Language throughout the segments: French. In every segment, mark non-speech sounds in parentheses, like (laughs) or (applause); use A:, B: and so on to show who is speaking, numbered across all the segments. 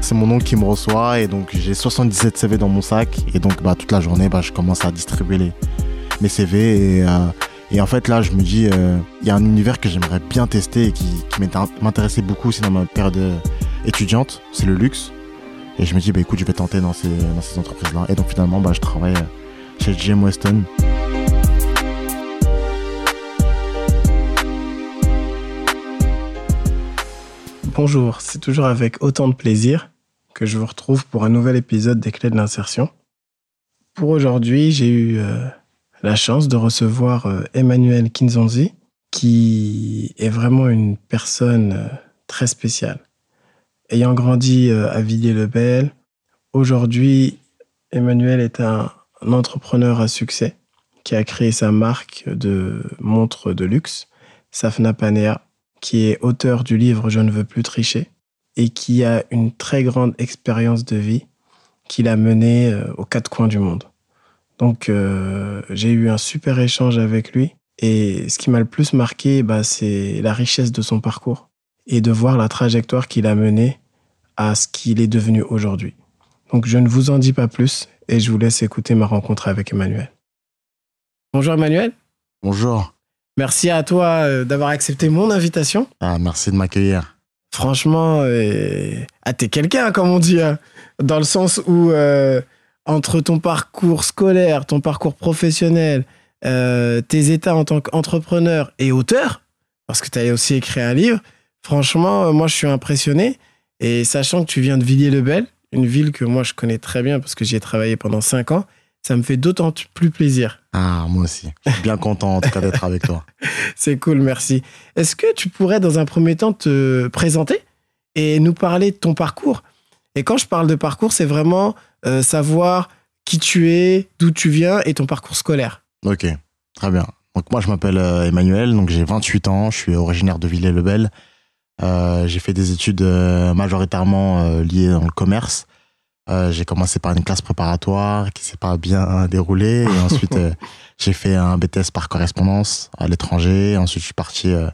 A: c'est mon oncle qui me reçoit et donc j'ai 77 CV dans mon sac et donc bah, toute la journée bah, je commence à distribuer les, mes CV et, euh, et en fait là je me dis euh, il y a un univers que j'aimerais bien tester et qui, qui m'était- m'intéressait beaucoup c'est dans ma période euh, étudiante, c'est le luxe et je me dis bah écoute je vais tenter dans ces, dans ces entreprises là et donc finalement bah, je travaille euh, chez GM Weston.
B: Bonjour, c'est toujours avec autant de plaisir que je vous retrouve pour un nouvel épisode des Clés de l'insertion. Pour aujourd'hui, j'ai eu euh, la chance de recevoir euh, Emmanuel Kinzonzi, qui est vraiment une personne euh, très spéciale. Ayant grandi euh, à Villiers-le-Bel, aujourd'hui, Emmanuel est un, un entrepreneur à succès qui a créé sa marque de montres de luxe, Safna Panea, qui est auteur du livre Je ne veux plus tricher et qui a une très grande expérience de vie qui l'a mené euh, aux quatre coins du monde. Donc euh, j'ai eu un super échange avec lui et ce qui m'a le plus marqué, bah, c'est la richesse de son parcours et de voir la trajectoire qu'il a menée à ce qu'il est devenu aujourd'hui. Donc je ne vous en dis pas plus et je vous laisse écouter ma rencontre avec Emmanuel. Bonjour Emmanuel,
A: Bonjour,
B: merci à toi euh, d'avoir accepté mon invitation.
A: ah, merci de m'accueillir.
B: Franchement, euh, ah, t'es quelqu'un, comme on dit, hein. dans le sens où euh, entre ton parcours scolaire, ton parcours professionnel, euh, tes états en tant qu'entrepreneur et auteur, parce que t'as aussi écrit un livre, franchement, euh, moi, je suis impressionné. Et sachant que tu viens de Villiers-le-Bel, une ville que moi, je connais très bien parce que j'y ai travaillé pendant 5 ans, ça me fait d'autant plus plaisir.
A: Ah, moi aussi. Je suis bien content en tout cas d'être avec toi.
B: C'est cool, merci. Est-ce que tu pourrais, dans un premier temps, te présenter et nous parler de ton parcours Et quand je parle de parcours, c'est vraiment euh, savoir qui tu es, d'où tu viens et ton parcours scolaire.
A: Ok, très bien. Donc moi je m'appelle euh, Emmanuel, donc j'ai 28 ans, je suis originaire de Villers-le-Bel. Euh, j'ai fait des études euh, majoritairement euh, liées dans le commerce. Euh, j'ai commencé par une classe préparatoire qui s'est pas bien déroulée
B: (laughs)
A: et ensuite euh, j'ai fait un BTS par correspondance à l'étranger. Ensuite je suis parti euh,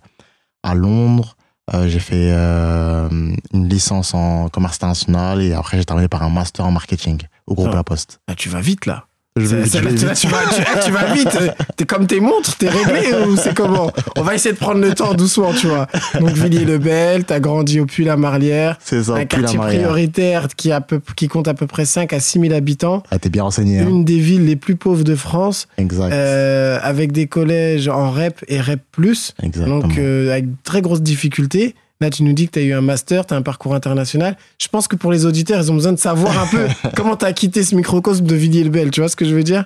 A: à Londres. Euh, j'ai fait euh, une licence en commerce international et après j'ai terminé par un master en marketing au groupe
B: Ah.
A: La Poste.
B: Ah, tu vas vite là.
A: Je
B: Ça-
A: vais-
B: ça-
A: je
B: là,
A: vais
B: tu, là, tu vas, tu- ah, tu vas vite. T'es comme tes montres,
A: (laughs)
B: t'es réglé ou c'est comment On va essayer de prendre le temps doucement, tu vois. Donc Villiers-le-Bel, t'as grandi au Puy-la-Marlière,
A: C'est ça, puis la
B: un quartier
A: Maria.
B: prioritaire qui, a peu- qui compte à peu près 5 à 6 000 habitants,
A: Ah, t'es bien renseigné. hein.
B: une des villes les plus pauvres de France.
A: Exact.
B: Euh, avec des collèges en REP et REP+,
A: Exactement.
B: donc euh, avec de très grosses difficultés. Là, tu nous dis que tu as eu un master, tu as un parcours international. Je pense que pour les auditeurs, ils ont besoin de savoir
A: (laughs)
B: un peu comment tu as quitté ce microcosme de Villiers-le-Bel, tu vois ce que je veux dire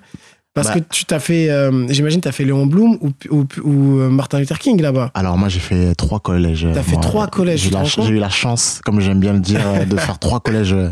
B: Parce
A: Bah.
B: que tu t'as fait, euh, j'imagine, tu as fait Léon Blum ou, ou, ou, euh, Martin Luther King là-bas.
A: Alors, moi, j'ai fait trois collèges.
B: T'as fait
A: Moi,
B: trois collèges,
A: J'ai
B: tu te
A: la-
B: rends compte
A: j'ai eu la chance, comme j'aime bien le dire,
B: (laughs)
A: euh, de faire trois collèges euh,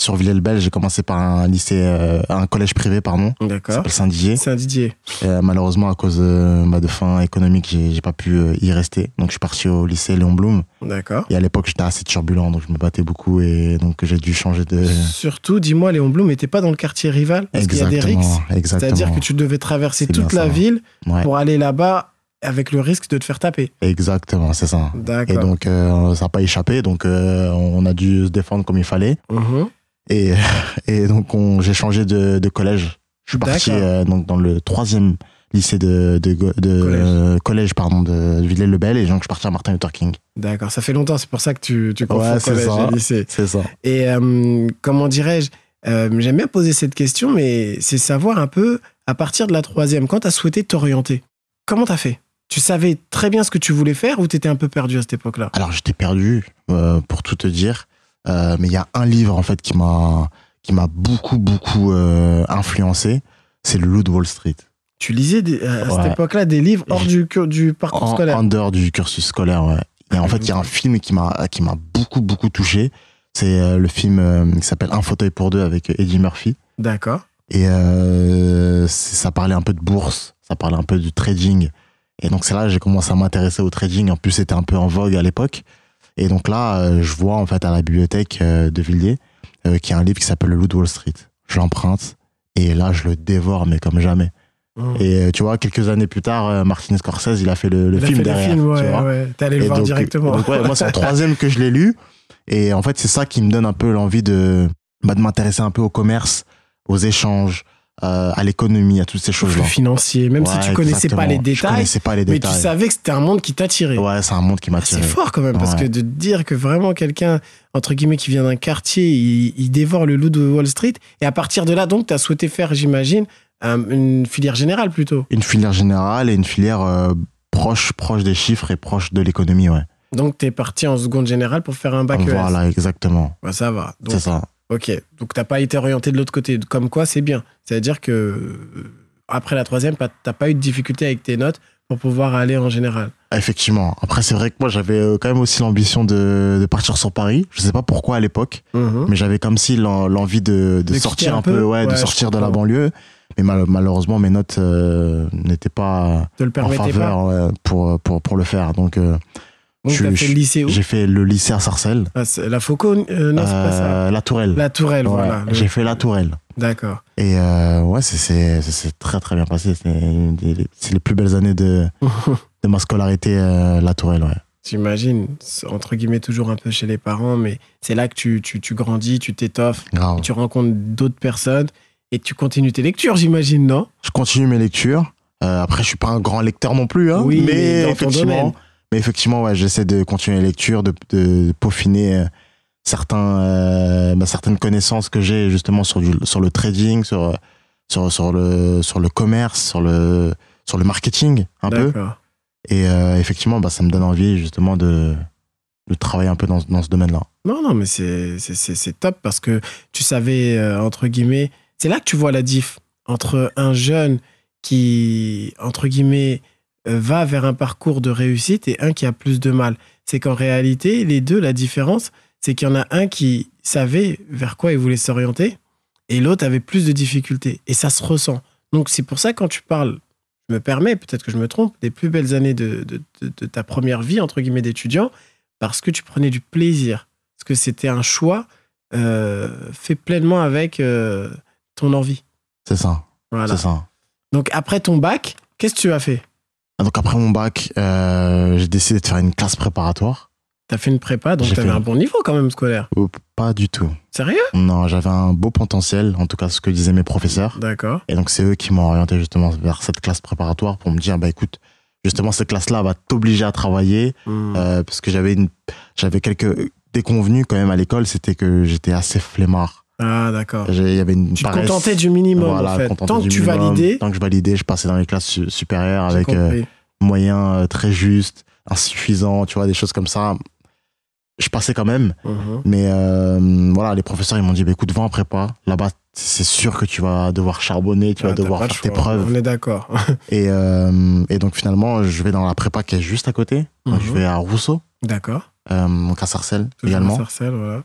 A: sur Villers-le-Bel. J'ai commencé par un lycée, euh, un collège privé, pardon, qui
B: D'accord.
A: s'appelle Saint-Dié.
B: C'est un Didier.
A: Euh, malheureusement, à cause euh, bah, de fin économique, j'ai j'ai pas pu euh, y rester. Donc, je suis parti au lycée Léon Blum.
B: D'accord.
A: Et à l'époque, j'étais assez turbulent, donc je me battais beaucoup et donc j'ai dû changer de.
B: Surtout, dis-moi, Léon Blum n'était pas dans le quartier rival parce qu'il y a des rixes.
A: Exactement. Exactement.
B: C'est-à-dire que tu devais traverser
A: C'est bien
B: toute la
A: ça.
B: ville
A: Ouais.
B: pour aller là-bas avec le risque de te faire taper.
A: Exactement, c'est ça. Et
B: D'accord.
A: donc, euh, ça n'a pas échappé. Donc, euh, on a dû se défendre comme il fallait.
B: Mhm.
A: Et, (laughs) et donc, on- j'ai changé de, de collège. Je suis parti
B: D'accord.
A: euh, donc dans le troisième lycée de, de, go- de-
B: Collège.
A: euh, collège pardon de Villers-le-Bel et donc je suis parti à Martin Luther King.
B: D'accord, ça fait longtemps, c'est pour ça que tu, tu confonds
A: Ouais, c'est
B: collège
A: ça.
B: et lycée.
A: C'est ça.
B: Et euh, comment dirais-je euh, J'aime bien poser cette question, mais c'est savoir un peu, à partir de la troisième, quand tu as souhaité t'orienter, comment t'as fait Tu savais très bien ce que tu voulais faire ou t'étais un peu perdu à cette époque-là
A: Alors j'étais perdu euh, pour tout te dire, Euh, mais il y a un livre en fait qui m'a qui m'a beaucoup beaucoup euh, influencé, c'est Le Loup de Wall Street.
B: Tu lisais des- euh, à cette
A: Ouais.
B: époque-là des livres hors du, cur- du parcours
A: En,
B: scolaire
A: en dehors du cursus scolaire. ouais. Et en fait, il y a un film qui m'a qui m'a beaucoup beaucoup touché. C'est euh, le film euh, qui s'appelle Un fauteuil pour deux avec Eddie Murphy.
B: D'accord.
A: Et euh, c'est- ça parlait un peu de bourse, ça parlait un peu du trading. Et donc c'est là que j'ai commencé à m'intéresser au trading. En plus, c'était un peu en vogue à l'époque. Et donc là, euh, je vois en fait à la bibliothèque euh, de Villiers euh, qu'il y a un livre qui s'appelle Le Loup de Wall Street. Je l'emprunte et là, je le dévore, mais comme jamais.
B: Mmh.
A: Et euh, tu vois, quelques années plus tard, euh, Martin Scorsese, il a fait le, le
B: Il a
A: film
B: fait
A: derrière.
B: le film,
A: tu
B: ouais,
A: vois.
B: ouais. T'es allé le
A: Et
B: voir
A: donc,
B: directement. (laughs)
A: donc ouais, moi, c'est en troisième que je l'ai lu. Et en fait, c'est ça qui me donne un peu l'envie de, bah, de m'intéresser un peu au commerce, aux échanges, euh, à l'économie, à toutes ces choses-là.
B: financier, même si
A: Ouais,
B: tu connaissais pas
A: exactement.
B: les
A: Je
B: détails,
A: connaissais pas les
B: mais tu
A: détails.
B: savais que c'était un monde qui t'attirait.
A: Ouais, c'est un monde qui
B: Ah,
A: m'attire.
B: C'est fort quand même, parce
A: Ouais.
B: que de te dire que vraiment quelqu'un, entre guillemets, qui vient d'un quartier, il, il dévore le loup de Wall Street. Et à partir de là, donc, tu as souhaité faire, j'imagine, un- une filière générale plutôt.
A: Une filière générale et une filière euh, proche, proche des chiffres et proche de l'économie, ouais.
B: Donc, tu es parti en seconde générale pour faire un bac ES.
A: voilà, exactement.
B: Bah, ça va. Donc,
A: C'est ça.
B: ok. Donc, t'as pas été orienté de l'autre côté. Comme quoi, c'est bien. C'est-à-dire que euh, après la troisième, pas- t'as pas eu de difficulté avec tes notes pour pouvoir aller en général.
A: Ah, Effectivement. Après, c'est vrai que moi, j'avais euh, quand même aussi l'ambition de, de partir sur Paris. Je sais pas pourquoi à l'époque, mais j'avais comme si l'en- l'envie de, de
B: quitter
A: sortir
B: un
A: un peu,
B: peu
A: ouais, de
B: Ouais,
A: sortir
B: je
A: de la
B: comprends.
A: banlieue. Mais mal- malheureusement, mes notes euh, n'étaient pas
B: Te le
A: en
B: permettait
A: faveur
B: pas.
A: ouais, pour, pour, pour le faire. Donc, euh,
B: Donc,
A: je-
B: t'as
A: je-
B: fait le lycée où
A: j'ai fait le lycée à Sarcelles,
B: Ah, c'est- La Faucon euh, Non, c'est pas ça.
A: euh, la Tourelle.
B: La Tourelle,
A: Ouais,
B: voilà. Le-
A: J'ai fait la Tourelle.
B: D'accord.
A: Et euh, ouais, c'est- c'est c'est- c'est très très bien passé. C'est une des- c'est les plus belles années
B: (laughs)
A: de, de ma scolarité, euh, la Tourelle, ouais.
B: J'imagine, c'est entre guillemets, toujours un peu chez les parents, mais c'est là que tu, tu, tu grandis, tu t'étoffes,
A: Grave.
B: tu rencontres d'autres personnes et tu continues tes lectures, j'imagine, non
A: Je continue mes lectures. Euh, après, je suis pas un grand lecteur non plus, hein,
B: Oui, mais
A: mais,
B: dans ton domaine.
A: effectivement, mais effectivement, ouais, j'essaie de continuer les lectures, de, de peaufiner euh, certains, euh, bah, certaines connaissances que j'ai justement sur, du, sur le trading, sur, euh, sur, sur, le, sur le commerce, sur le, sur le marketing, un peu.
B: D'accord.
A: Et euh, effectivement, bah, ça me donne envie justement de, de travailler un peu dans, dans ce domaine-là.
B: Non, non, mais c'est- c'est c'est- c'est top parce que tu savais, euh, entre guillemets, c'est là que tu vois la diff entre un jeune qui, entre guillemets, euh, va vers un parcours de réussite et un qui a plus de mal. C'est qu'en réalité, les deux, la différence, c'est qu'il y en a un qui savait vers quoi il voulait s'orienter et l'autre avait plus de difficultés. Et ça se ressent. Donc c'est pour ça quand tu parles, je me permets, peut-être que je me trompe, des plus belles années de, de- de- de ta première vie, entre guillemets, d'étudiant, parce que tu prenais du plaisir. Parce que c'était un choix euh, fait pleinement avec euh, ton envie.
A: C'est ça,
B: Voilà.
A: c'est ça.
B: Donc après ton bac, qu'est-ce que tu as fait
A: Ah, Donc après mon bac, euh, j'ai décidé de faire une classe préparatoire.
B: Tu as fait une prépa, donc
A: J'ai
B: tu avais
A: fait-
B: un bon niveau quand même scolaire.
A: Ou Pas du tout.
B: Sérieux
A: Non, j'avais un beau potentiel, en tout cas ce que disaient mes professeurs.
B: D'accord.
A: Et donc c'est eux qui m'ont orienté justement vers cette classe préparatoire pour me dire, bah écoute, justement cette classe-là va t'obliger à travailler,
B: Hmm.
A: euh, parce que j'avais une, j'avais quelques déconvenues quand même à l'école, c'était que j'étais assez flemmard.
B: Ah d'accord.
A: J'ai- Il y avait une
B: Tu te
A: paresse.
B: contentais du minimum
A: Voilà,
B: en fait.
A: contenté
B: Tant que
A: du
B: tu
A: minimum.
B: validais,
A: Tant que je validais, je passais dans les classes su- supérieures
B: j'ai
A: avec euh,
B: compris.
A: moyens euh, très justes, insuffisants, tu vois, des choses comme ça. Je passais quand même,
B: Mhm.
A: mais euh, voilà, les professeurs ils m'ont dit bah, écoute, va en prépa. Là-bas, c'est sûr que tu vas devoir charbonner, tu
B: Ah,
A: vas
B: t'as
A: devoir
B: pas le
A: faire tes
B: choix.
A: preuves.
B: On est d'accord. (laughs)
A: Et, euh, et donc finalement, je vais dans la prépa qui est juste à côté. Donc, Je
B: Mhm.
A: vais à Rousseau,
B: D'accord.
A: euh, donc à Sarcelles
B: Toujours à
A: également.
B: Sarcelles, voilà.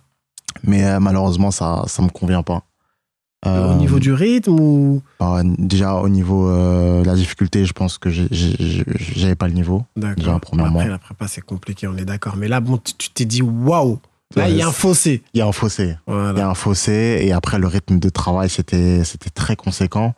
A: Mais euh, malheureusement, ça ça me convient pas.
B: Au
A: Euh,
B: niveau du rythme ou
A: bah, déjà, au niveau euh, de la difficulté, je pense que j'ai- j'ai- j'ai- j'avais pas le niveau.
B: D'accord.
A: Déjà, premièrement.
B: Après la prépa c'est compliqué, on est d'accord. Mais là bon, tu tu t'es dit waouh. Là
A: Ouais,
B: il y a un fossé.
A: Il y a un fossé. Il y
B: Voilà.
A: a un fossé. Et après, le rythme de travail, c'était c'était très conséquent.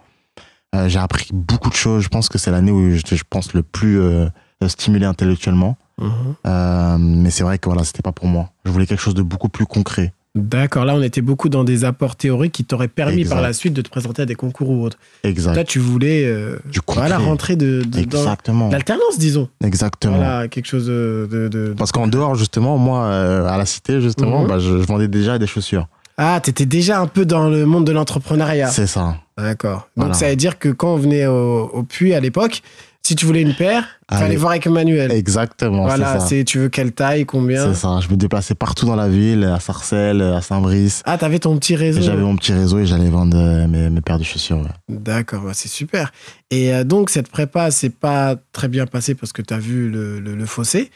A: Euh, j'ai appris beaucoup de choses. Je pense que c'est l'année où j'étais, je pense, le plus euh, stimulé intellectuellement.
B: Mhm.
A: Euh, mais c'est vrai que voilà, c'était pas pour moi. Je voulais quelque chose de beaucoup plus concret.
B: D'accord, là on était beaucoup dans des apports théoriques qui t'auraient permis
A: Exact.
B: par la suite de te présenter à des concours ou autres.
A: Exact.
B: Là tu voulais euh,
A: Du concret.
B: voilà, rentrer de, de- dans
A: Exactement.
B: l'alternance, disons.
A: Exactement.
B: Voilà, quelque chose de... de- de-
A: Parce qu'en dehors, justement, moi, euh, à la cité, justement,
B: Mhm.
A: bah, je, je vendais déjà des chaussures.
B: Ah, t'étais déjà un peu dans le monde de l'entrepreneuriat.
A: C'est ça.
B: D'accord. Donc
A: Voilà.
B: ça veut dire que quand on venait au, au puits à l'époque, si tu voulais une paire,
A: Allez.
B: fallait voir avec Emmanuel.
A: Exactement.
B: voilà,
A: c'est ça.
B: c'est tu veux quelle taille, combien.
A: C'est ça. Je me déplaçais partout dans la ville, à Sarcelles, à Saint-Brice.
B: Ah, t'avais ton petit
A: Et J'avais
B: réseau.
A: mon petit réseau et j'allais vendre euh, mes, mes paires de chaussures. ouais.
B: D'accord, bah, c'est super. Et euh, donc cette prépa, c'est pas très bien passé parce que t'as vu le, le- le fossé.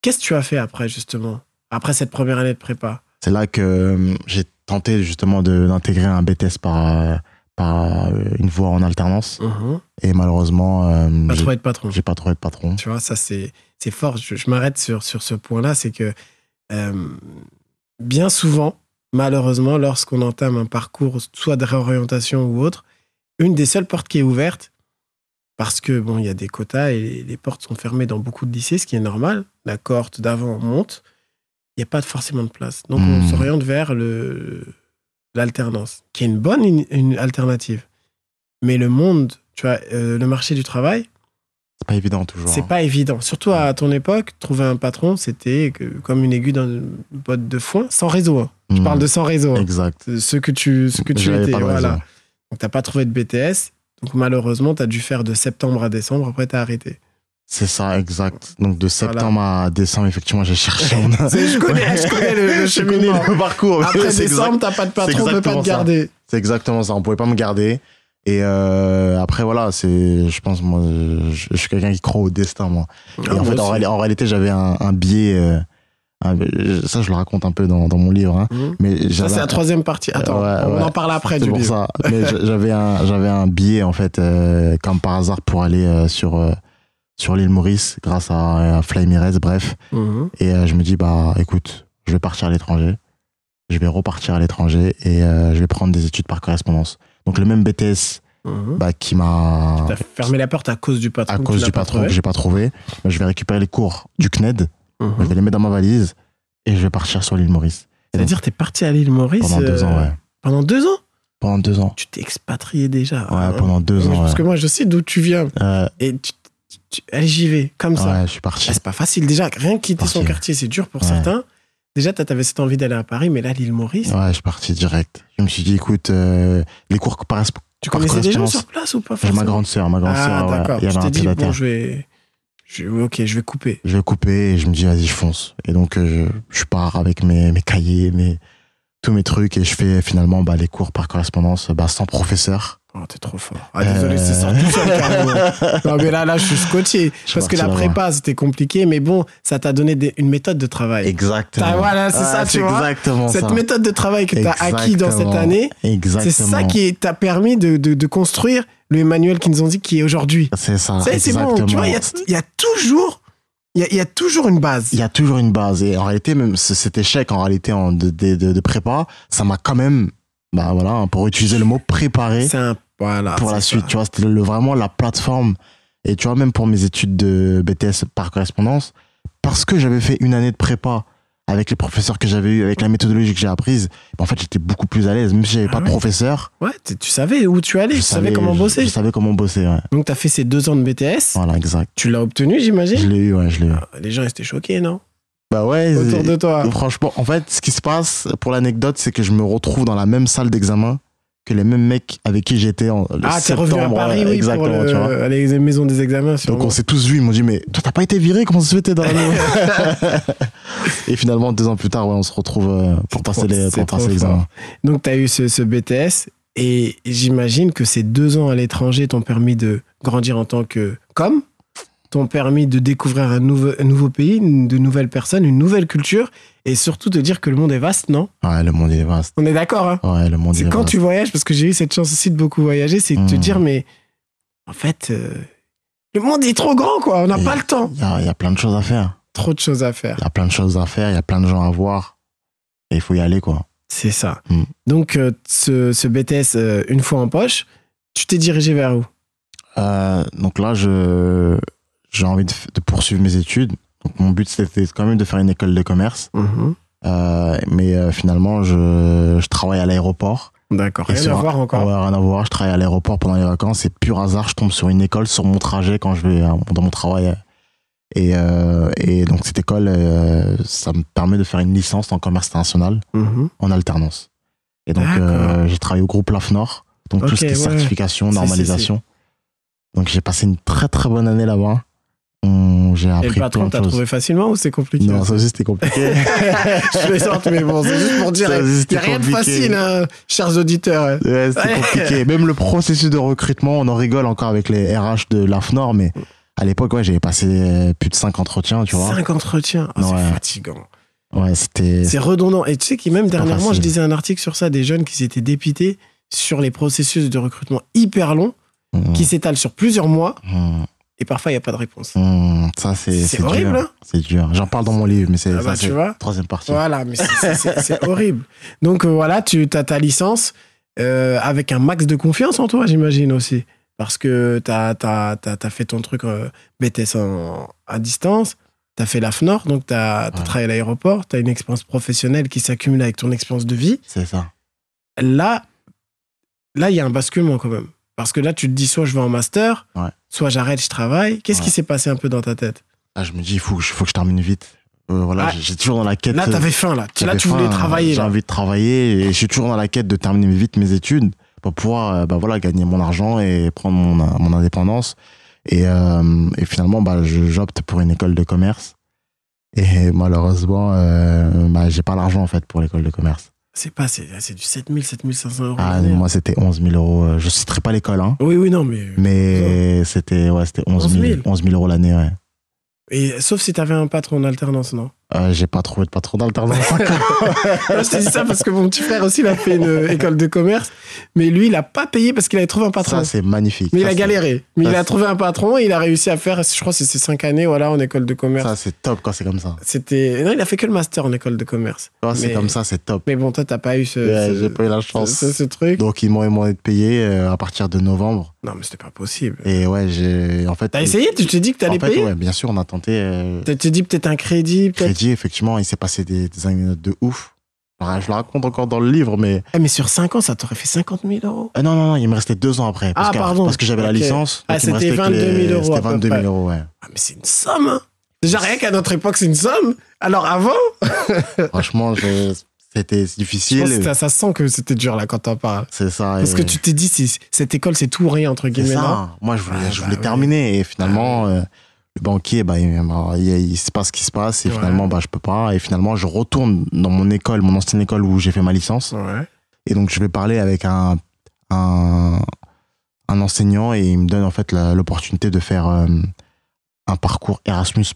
B: Qu'est-ce que tu as fait après justement Après cette première année de prépa
A: C'est là que euh, j'ai tenté justement de- d'intégrer un BTS par, euh, par euh, une voie en alternance. Et malheureusement, euh,
B: Pas
A: j'ai-
B: trop être patron.
A: j'ai pas trouvé de patron.
B: Tu vois, ça c'est c'est fort. Je, je m'arrête sur, sur ce point-là, c'est que euh, bien souvent, malheureusement, lorsqu'on entame un parcours, soit de réorientation ou autre, une des seules portes qui est ouverte, parce que bon, il y a des quotas et les portes sont fermées dans beaucoup de lycées, ce qui est normal. La cohorte d'avant monte. il n'y a pas forcément de place. Donc
A: Hmm.
B: on s'oriente vers le- l'alternance, qui est une bonne in- une alternative. Mais le monde, tu vois, euh, le marché du travail,
A: C'est pas évident toujours.
B: c'est
A: hein.
B: pas évident. Surtout à ton époque, trouver un patron, c'était que- comme une aiguille dans une botte de foin, sans réseau. hein. Je
A: Mm,
B: parle de sans réseau. hein.
A: Exact.
B: Ce que tu, ce que tu
A: J'avais
B: étais,
A: pas de
B: voilà.
A: raison.
B: Donc t'as pas trouvé de BTS. Donc malheureusement, t'as dû faire de septembre à décembre, après
A: (laughs)
B: t'as arrêté.
A: C'est ça, exact. Donc de
B: Voilà.
A: septembre à décembre, effectivement, j'ai
B: (laughs)
A: cherché. On a-
B: C'est- Je connais, je connais le,
A: (laughs)
B: le
A: Je connais
B: cheminement.
A: le parcours. (laughs)
B: Après
A: C'est exact-
B: décembre, t'as pas de patron, on peut pas
A: exactement
B: te
A: ça.
B: garder.
A: C'est exactement ça. On pouvait pas me garder. Et euh, après, voilà, c'est, je pense, moi, je, je suis quelqu'un qui croit au destin, moi.
B: Ah,
A: Et en fait, en, réali- en réalité, j'avais un, un biais. euh, un- ça, je le raconte un peu dans, dans mon livre. hein.
B: Mhm.
A: Mais
B: Ça,
A: j'avais
B: c'est
A: un-
B: la troisième partie. Attends,
A: Euh, ouais,
B: on
A: ouais.
B: en parle après
A: C'est
B: du
A: pour
B: livre.
A: ça.
B: (laughs)
A: Mais je- j'avais un, j'avais un billet, en fait, euh, comme par hasard, pour aller euh, sur, euh, sur l'île Maurice, grâce à, à Fly Mirez, bref.
B: Mhm.
A: Et euh, je me dis, bah, écoute, je vais partir à l'étranger. Je vais repartir à l'étranger et euh, je vais prendre des études par correspondance. Donc, le même BTS
B: Mhm.
A: bah, qui m'a.
B: T'as fermé la porte à cause du patron.
A: À
B: que
A: cause
B: tu
A: du
B: l'as pas
A: patron que
B: trouvé.
A: j'ai pas trouvé, bah, je vais récupérer les cours du E CNED, je
B: Mhm.
A: vais les mettre dans ma valise et je vais partir sur l'île Maurice.
B: C'est-à-dire, t'es parti à l'île Maurice
A: Pendant deux
B: euh,
A: ans, ouais.
B: Pendant deux ans
A: Pendant deux ans.
B: Tu t'es expatrié déjà.
A: Ouais,
B: hein.
A: pendant deux
B: Moi,
A: ans.
B: Parce
A: ouais.
B: que moi, je sais d'où tu viens.
A: Euh,
B: Et tu, tu- tu- allez, j'y vais, comme ça.
A: ouais, je suis parti.
B: Ah, c'est pas facile. Déjà, rien que quitter son
A: Parti.
B: quartier, c'est dur pour
A: Ouais.
B: certains. Déjà, t'as- t'avais cette envie d'aller à Paris, mais là, l'île Maurice,
A: Ouais, je suis parti direct. Je me suis dit, écoute, euh, les cours que par
B: tu
A: par
B: connaissais des gens
A: correspondance.
B: sur place ou pas
A: J'ai ma
B: forcément
A: grande sœur, ma grande
B: Ah,
A: sœur, ouais,
B: d'accord.
A: il y
B: Tu
A: avait
B: t'es
A: un
B: dit,
A: pied
B: bon, je vais... je- Ok, je vais couper.
A: Je vais couper et je me dis, vas-y, je fonce. Et donc, euh, je, je pars avec mes, mes cahiers, mes, tous mes trucs et je fais finalement bah, les cours par correspondance bah, sans professeur.
B: Oh, t'es trop fort. Ah, désolé, c'est sorti tout seul,
A: (laughs)
B: carrément. Non, mais là, là, je suis scotché.
A: Je suis
B: Parce
A: parti
B: que la
A: là-bas.
B: prépa, c'était compliqué, mais bon, ça t'a donné des- une méthode de travail.
A: Exactement.
B: Ah, voilà, c'est ça, tu vois.
A: Exactement
B: Cette
A: ça.
B: méthode de travail que t'as acquis dans cette
A: Exactement.
B: année,
A: Exactement.
B: c'est ça qui t'a permis de, de- de construire le Emmanuel qui nous ont dit qui est aujourd'hui.
A: C'est ça.
B: Ça, c'est bon. Tu vois, il y a,
A: Ah, exactement.
B: il y a toujours, il y a, il y a toujours une base.
A: il y a toujours une base. Et en réalité, même ce- cet échec en réalité en- de, de, de- de prépa, ça m'a quand même, bah voilà, pour utiliser le mot préparé
B: C'est un, voilà.
A: pour
B: c'est
A: la
B: ça.
A: suite. Tu vois, c'était le- vraiment la plateforme. Et tu vois, même pour mes études de BTS par correspondance, parce que j'avais fait une année de prépa avec les professeurs que j'avais eu, avec la méthodologie que j'ai apprise, bah, en fait, j'étais beaucoup plus à l'aise. Même si j'avais
B: Ah
A: pas de
B: ouais.
A: professeur,
B: Ouais, tu tu savais où tu allais,
A: je
B: tu savais
A: savais
B: comment
A: je-
B: bosser.
A: Je, savais comment bosser. Ouais.
B: Donc, t'as fait ces deux ans de BTS.
A: Voilà, exact.
B: Tu l'as obtenu,
A: Je
B: j'imagine. Ah,
A: l'ai eu, ouais, je l'ai eu.
B: Les gens, ils étaient choqués, non
A: Bah ouais.
B: Autour
A: c'est-
B: de toi.
A: Franchement, en fait, ce qui se passe, pour l'anecdote, c'est que je me retrouve dans la même salle d'examen que les mêmes mecs avec qui j'étais en le
B: Ah, t'es
A: septembre.
B: revenu à Paris,
A: ouais,
B: oui,
A: exactement,
B: pour le-
A: tu vois.
B: à les maisons des examens.
A: Donc
B: sûrement.
A: on s'est tous vus, ils m'ont dit, mais toi, t'as pas été viré, comment ça se fait t'es dans la
B: (laughs)
A: même Et finalement, deux ans plus tard, ouais, on se retrouve euh, pour passer
B: trop-
A: les-
B: c'est
A: pour passer
B: trop
A: l'examen.
B: Donc, tu as eu ce, ce BTS et j'imagine que ces deux ans à l'étranger t'ont permis de grandir en tant que com, t'ont permis de découvrir un, nouveau- un nouveau pays, une- de nouvelles personnes, une nouvelle culture et surtout de dire que le monde est vaste, non
A: Ouais, le monde, il est vaste.
B: On est d'accord, hein
A: Ouais, le monde, il
B: C'est
A: est
B: quand
A: vaste.
B: tu voyages, parce que j'ai eu cette chance aussi de beaucoup voyager, c'est de te
A: Mm.
B: dire, mais en fait, euh, le monde est trop grand, quoi, on n'a
A: Et-
B: pas le temps.
A: Il y a, il y a plein de choses à faire.
B: Trop de choses à faire.
A: Il y a plein de choses à faire, il y a plein de gens à voir. Et il faut y aller, quoi.
B: C'est ça.
A: Mm.
B: Donc, euh, ce, ce BTS, euh, une fois en poche, tu t'es dirigé vers où
A: Euh, donc là, je, j'ai envie de, f- de poursuivre mes études. Donc mon but, c'était quand même de faire une école de commerce.
B: Mhm.
A: Euh, mais euh, finalement, je, je travaille à l'aéroport.
B: D'accord.
A: Et
B: Rien
A: sur
B: à
A: un-
B: voir
A: On
B: encore.
A: va rien à voir. Je travaille à l'aéroport pendant les vacances. Et pur hasard, je tombe sur une école sur mon trajet quand je vais euh, dans mon travail. Et, euh, et donc, cette école, euh, ça me permet de faire une licence en commerce international
B: Mhm.
A: en alternance. Et donc,
B: D'accord.
A: euh, j'ai travaillé au groupe LAFNOR. Donc, tout
B: Ok,
A: ce qui est
B: ouais.
A: certification,
B: Si, si, si.
A: normalisation. Donc, j'ai passé une très très bonne année là-bas. On- J'ai
B: Et le
A: appris plein
B: patron,
A: de
B: t'as
A: choses.
B: trouvé facilement ou c'est compliqué
A: Non, ça aussi, c'était compliqué.
B: (laughs) Je plaisante, mais bon, c'est juste pour dire.
A: Ça,
B: Il
A: c'était
B: a rien de
A: compliqué.
B: facile, hein, chers auditeurs.
A: Ouais, c'est
B: Ouais.
A: compliqué. Même le processus de recrutement, on en rigole encore avec les RH de l'AFNOR, mais à l'époque, ouais, j'avais passé euh, plus de 5 entretiens, tu vois.
B: Cinq entretiens. Ah,
A: Ouais.
B: C'est fatigant.
A: Ouais, c'était.
B: C'est redondant. Et tu sais que même
A: pas
B: dernièrement, je
A: facile.
B: disais un article sur ça, des jeunes qui s'étaient dépités sur les processus de recrutement hyper longs,
A: Mmh,
B: qui s'étalent sur plusieurs mois,
A: mmh,
B: et parfois, il n'y a pas de réponse.
A: mmh, Ça, c'est.
B: C'est horrible,
A: dur.
B: hein
A: C'est dur. J'en parle dans mon livre, mais c'est.
B: Ah
A: ça,
B: bah,
A: c'est
B: tu vois
A: Troisième partie.
B: Voilà, mais c'est- c'est- c'est c'est horrible. Donc euh, voilà, tu as ta licence euh, avec un max de confiance en toi, j'imagine aussi. Parce que tu as, fait ton truc euh, BTS en- à distance, tu as fait la FNOR, donc tu as,
A: Ouais.
B: travaillé à l'aéroport, tu as une expérience professionnelle qui s'accumule avec ton expérience de vie.
A: C'est ça.
B: Là, là, il y a un basculement quand même. Parce que là, tu te dis soit je vais en master,
A: Ouais.
B: soit j'arrête, je travaille. Qu'est-ce
A: Ouais.
B: qui s'est passé un peu dans ta tête
A: Là, Ah, je me dis, il faut, que je- faut que je termine vite. Euh, voilà,
B: Ah.
A: j'ai- j'ai toujours dans la quête. euh,
B: Là, tu avais faim, là. Là,
A: J'avais
B: tu voulais
A: faim,
B: travailler.
A: J'ai
B: Là.
A: envie de travailler et je suis toujours dans la quête de terminer vite mes études pour pouvoir euh, bah voilà, gagner mon argent et prendre mon, euh, mon indépendance. Et, euh, et finalement, bah, je- j'opte pour une école de commerce. Et malheureusement, euh, bah, j'ai pas l'argent en fait pour l'école de commerce.
B: C'est pas, c'est c'est du 7000, 7500 euros.
A: Ah,
B: l'année, hein.
A: moi, c'était 11 000 euros. euh, Je citerai pas l'école, hein,
B: Oui, oui, non, mais.
A: mais c'était ouais, c'était 11 000,
B: 11 000.
A: 11 000 euros l'année. Ouais.
B: Et, sauf si t'avais un patron en
A: (laughs)
B: alternance, non
A: Euh, j'ai pas trouvé de patron d'alternance.
B: Non, Je te dis ça parce que mon petit frère aussi, il a fait une euh, école de commerce, mais lui, il a pas payé parce qu'il avait trouvé un patron.
A: ça, c'est magnifique.
B: mais il
A: Ça,
B: a
A: c'est-
B: galéré. Mais
A: ça,
B: il a
A: c'est-
B: trouvé un patron et il a réussi à faire, je crois, que c'est ses cinq années voilà, en école de commerce.
A: Ça, c'est top quand c'est comme ça.
B: C'était. Non, il a fait que le master en école de commerce.
A: Quand c'est
B: Mais-
A: comme ça, c'est top.
B: Mais bon, toi, t'as pas eu ce,
A: Ouais,
B: ce-
A: j'ai pas eu la
B: ce,
A: chance.
B: ce- ce truc.
A: Donc ils m'ont demandé de payer euh, à partir de novembre.
B: Non, mais c'était pas possible.
A: Et ouais, j'ai en fait.
B: T'as essayé Tu t'es dit que
A: En
B: t'allais
A: fait,
B: payer
A: ouais, bien sûr, on a tenté euh,
B: Tu t'es dit peut-être un crédit, peut-être.
A: crédit. Effectivement, il s'est passé des, des anecdotes de ouf. Alors, je le raconte encore dans le livre, mais
B: Ah, mais sur 5 ans, ça t'aurait fait 50 000 euros.
A: Ah, non, non, non, il me restait deux ans après parce
B: Ah,
A: que
B: pardon.
A: parce que j'avais la
B: Ok.
A: licence.
B: Ah,
A: donc il me
B: c'était
A: restait que
B: 22 000 euros, à
A: C'était
B: peu
A: 22
B: près.
A: 000 euros, ouais.
B: (laughs) Ah, mais c'est une somme, hein Déjà, rien qu'à notre époque, c'est une somme. Alors avant,
A: Franchement, je- c'était
B: je pense que
A: difficile.
B: ça, ça sent que c'était dur là quand t'en parles.
A: C'est ça.
B: Parce
A: et-
B: que tu t'es dit, c'est- cette école, c'est tout ou rien, entre
A: Ah, C'est
B: guillemets. non
A: ça. hein. Moi, je voulais,
B: Ah,
A: je
B: bah
A: voulais
B: oui.
A: terminer. Et finalement, euh, le banquier, bah, il, m'a- il- il se passe ce qui se passe. Et
B: Ouais.
A: finalement, bah, je peux pas. Et finalement, je retourne dans mon école, mon ancienne école où j'ai fait ma licence.
B: Ouais.
A: Et donc, je vais parler avec un, un, un enseignant et il me donne en fait la- l'opportunité de faire euh, un parcours Erasmus.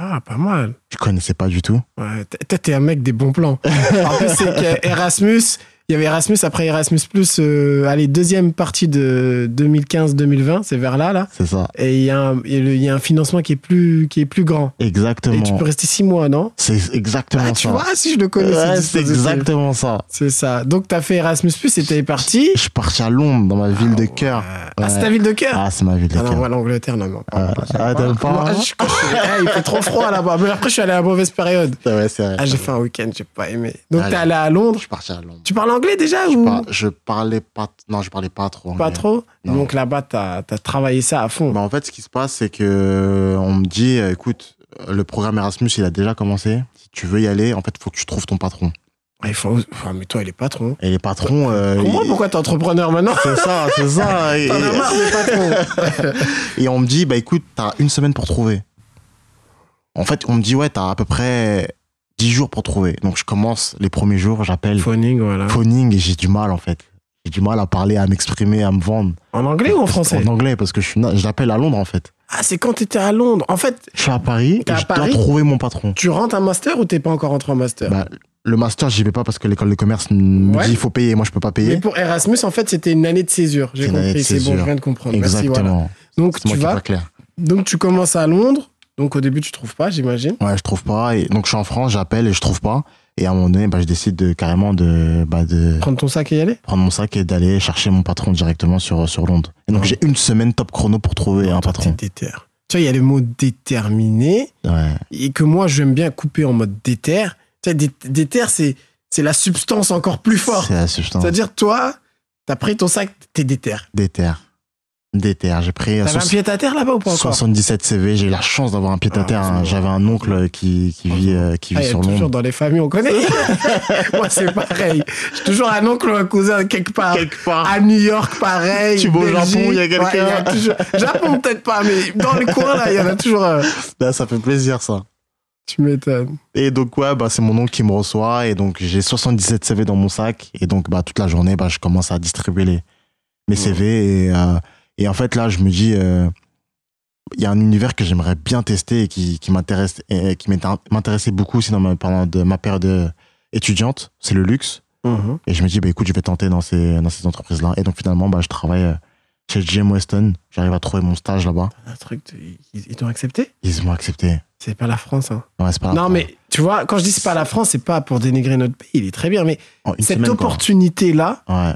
B: Ah, pas mal.
A: Je connaissais pas du tout.
B: Ouais, t- toi, t'es un mec des
A: (laughs)
B: bons plans. en plus, c'est qu'Erasmus, il y avait Erasmus après Erasmus, euh, allez, deuxième partie de 2015-2020, c'est vers là, là.
A: C'est ça.
B: Et il y, a un- il y a le- il y a un financement qui est plus, qui est plus grand. Et tu
A: Exactement.
B: peux rester six mois, non
A: C'est exactement
B: Ah,
A: ça.
B: tu vois, si je le connais,
A: Ouais,
B: ce
A: c'est
B: dispositif.
A: exactement ça.
B: C'est ça. Donc, t'as fait Erasmus, et t'es parti.
A: Je suis parti à Londres, dans ma ville de
B: Ah,
A: cœur.
B: ouais. Ah, c'est
A: Ouais.
B: ta ville de cœur
A: Ah, c'est ma ville de
B: Ah non,
A: cœur.
B: moi, l'Angleterre, non, non.
A: Ah, ah, t'aimes pas,
B: Moi,
A: hein
B: je- quand je suis- Ah, Il fait trop froid là-bas. Mais après, je suis allé à la mauvaise période.
A: Ah ouais, c'est vrai.
B: Ah, j'ai fait un week-end, j'ai pas aimé. Donc,
A: Ah,
B: t'es
A: j'ai-
B: allé à Londres.
A: Je suis parti à Londres.
B: Tu parles anglais déjà
A: Je,
B: ou
A: par- je parlais pas. Non, je parlais pas trop.
B: pas
A: anglais.
B: trop
A: Non.
B: Donc là-bas, t'as as travaillé ça à fond.
A: Bah, en fait, ce qui se passe, c'est que on me dit, euh, écoute, le programme Erasmus, il a déjà commencé. Si tu veux y aller, en fait, faut que tu trouves ton patron.
B: Ah, il faut... enfin, mais toi, il est patron.
A: Et les patrons. euh,
B: Pour moi,
A: ils-
B: pourquoi t'es entrepreneur maintenant
A: (laughs) C'est ça, c'est ça. et,
B: (laughs) T'en as marre des
A: (laughs)
B: patrons.
A: et on me dit, bah écoute, t'as une semaine pour trouver. En fait, on me dit, ouais, t'as à peu près 10 jours pour trouver. Donc, je commence les premiers jours, j'appelle
B: Phoning, voilà.
A: phoning et j'ai du mal, en fait. J'ai du mal à parler, à m'exprimer, à me vendre.
B: En anglais ou en français
A: En anglais, parce que je suis, na- je l'appelle à Londres en fait.
B: Ah, c'est quand t'étais à Londres. En fait,
A: Je suis à Paris
B: T'es
A: et
B: à
A: je
B: Paris
A: dois trouver mon patron.
B: tu rentres un master ou t'es pas encore rentré en master
A: Bah, le master, j'y vais pas parce que l'école de commerce me
B: Ouais.
A: dit il faut payer, moi je peux pas
B: Mais
A: payer.
B: pour Erasmus, en fait, c'était une année de césure. J'ai
A: C'est une année
B: compris,
A: de
B: c'est bon,
A: césure.
B: je viens de comprendre. Merci,
A: Exactement.
B: voilà. Donc
A: C'est moi
B: tu
A: qui
B: vas,
A: pas clair.
B: donc tu commences à Londres. Donc au début, tu trouves pas, j'imagine.
A: Ouais, je trouve pas. Et donc je suis en France, j'appelle et je trouve pas. Et à un moment donné, bah, je décide de, carrément de, bah, de
B: Prendre ton sac et y aller.
A: prendre mon sac et d'aller chercher mon patron directement sur, sur Londres. Et donc
B: Ouais.
A: j'ai une semaine top chrono pour trouver un
B: Toi,
A: patron.
B: t'es déter. Tu vois, il y a le mot déterminé.
A: Ouais.
B: et que moi j'aime bien couper en mode déter. Tu sais, dé- déter, c'est c'est la substance encore plus forte.
A: C'est la substance.
B: C'est-à-dire, toi, t'as pris ton sac, t'es déter.
A: Déter. Déter. J'ai pris euh,
B: T'avais un
A: soix-
B: pied à terre là-bas ou pas encore
A: 77 CV, j'ai eu la chance d'avoir un pied à
B: Ah,
A: terre.
B: c'est
A: hein.
B: bon.
A: J'avais un oncle qui, qui vit, euh, qui
B: Ah,
A: vit
B: il y a
A: sur
B: toujours
A: Londres.
B: dans les familles, on connaît. (laughs) moi, c'est pareil. J'ai toujours un oncle ou un cousin quelque part.
A: Quelque part.
B: À New York, pareil.
A: Ah. Tu vas au
B: Belgique.
A: Japon, il y a
B: Ouais,
A: quelqu'un.
B: il y a toujours- Japon, peut-être pas, mais dans les coins, là, il y en a toujours un.
A: Là, ça fait plaisir, ça.
B: Tu m'étonnes.
A: Et donc, ouais, bah, c'est mon oncle qui me reçoit. Et donc, j'ai 77 CV dans mon sac. Et donc, bah, toute la journée, bah, je commence à distribuer les, mes CV. Et, euh, et en fait, là, je me dis, euh, il y a un univers que j'aimerais bien tester et qui, qui m'intéresse, et qui m'intér- m'intéressait beaucoup aussi dans ma, pendant de, ma période euh, étudiante. C'est le luxe. Et je me dis, bah, écoute, je vais tenter dans ces, dans ces entreprises-là. Et donc, finalement, bah, je travaille euh, chez Jim Weston. J'arrive à trouver mon stage là-bas.
B: Un truc, de- ils ils t'ont accepté
A: Ils m'ont accepté.
B: C'est pas la France, hein.
A: Ouais, c'est pas
B: Non, mais tu vois, quand je dis c'est pas la France, c'est pas pour dénigrer notre pays, il est très bien, mais
A: En une
B: cette
A: semaine, quoi.
B: opportunité-là,
A: Ouais,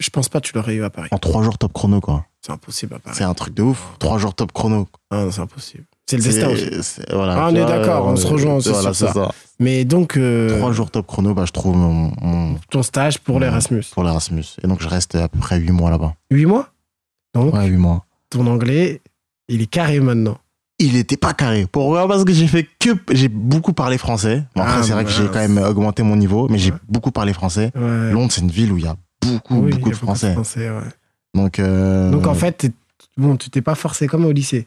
B: je pense pas que tu l'aurais eu à Paris.
A: en trois jours top chrono, quoi.
B: C'est impossible à Paris.
A: C'est un truc de ouf. Trois jours top chrono.
B: Ah non, c'est impossible. C'est le destin aussi.
A: c'est- voilà,
B: Ah, on
A: tu
B: est
A: vois, euh,
B: d'accord, on se rejoint, c'est
A: voilà,
B: sur
A: c'est ça.
B: Mais donc, euh,
A: Trois jours top chrono, bah, je trouve mon, mon-
B: ton stage pour
A: Ouais.
B: l'Erasmus.
A: pour l'Erasmus. Et donc, je reste à peu près huit mois là-bas.
B: Huit mois Donc,
A: Ouais, huit mois.
B: ton anglais, il est carré maintenant.
A: Il était pas carré. Pourquoi Parce que j'ai fait que. J'ai beaucoup parlé français. Bon, après,
B: Ah,
A: c'est vrai que j'ai
B: mince.
A: quand même augmenté mon niveau, mais j'ai
B: Ouais.
A: beaucoup parlé français.
B: Ouais. Ah
A: Londres, c'est une ville où il y a beaucoup,
B: Oui, il y a
A: beaucoup de français.
B: ouais.
A: Donc, euh,
B: Donc, en fait, t'es- bon, tu t'es pas forcé comme au lycée.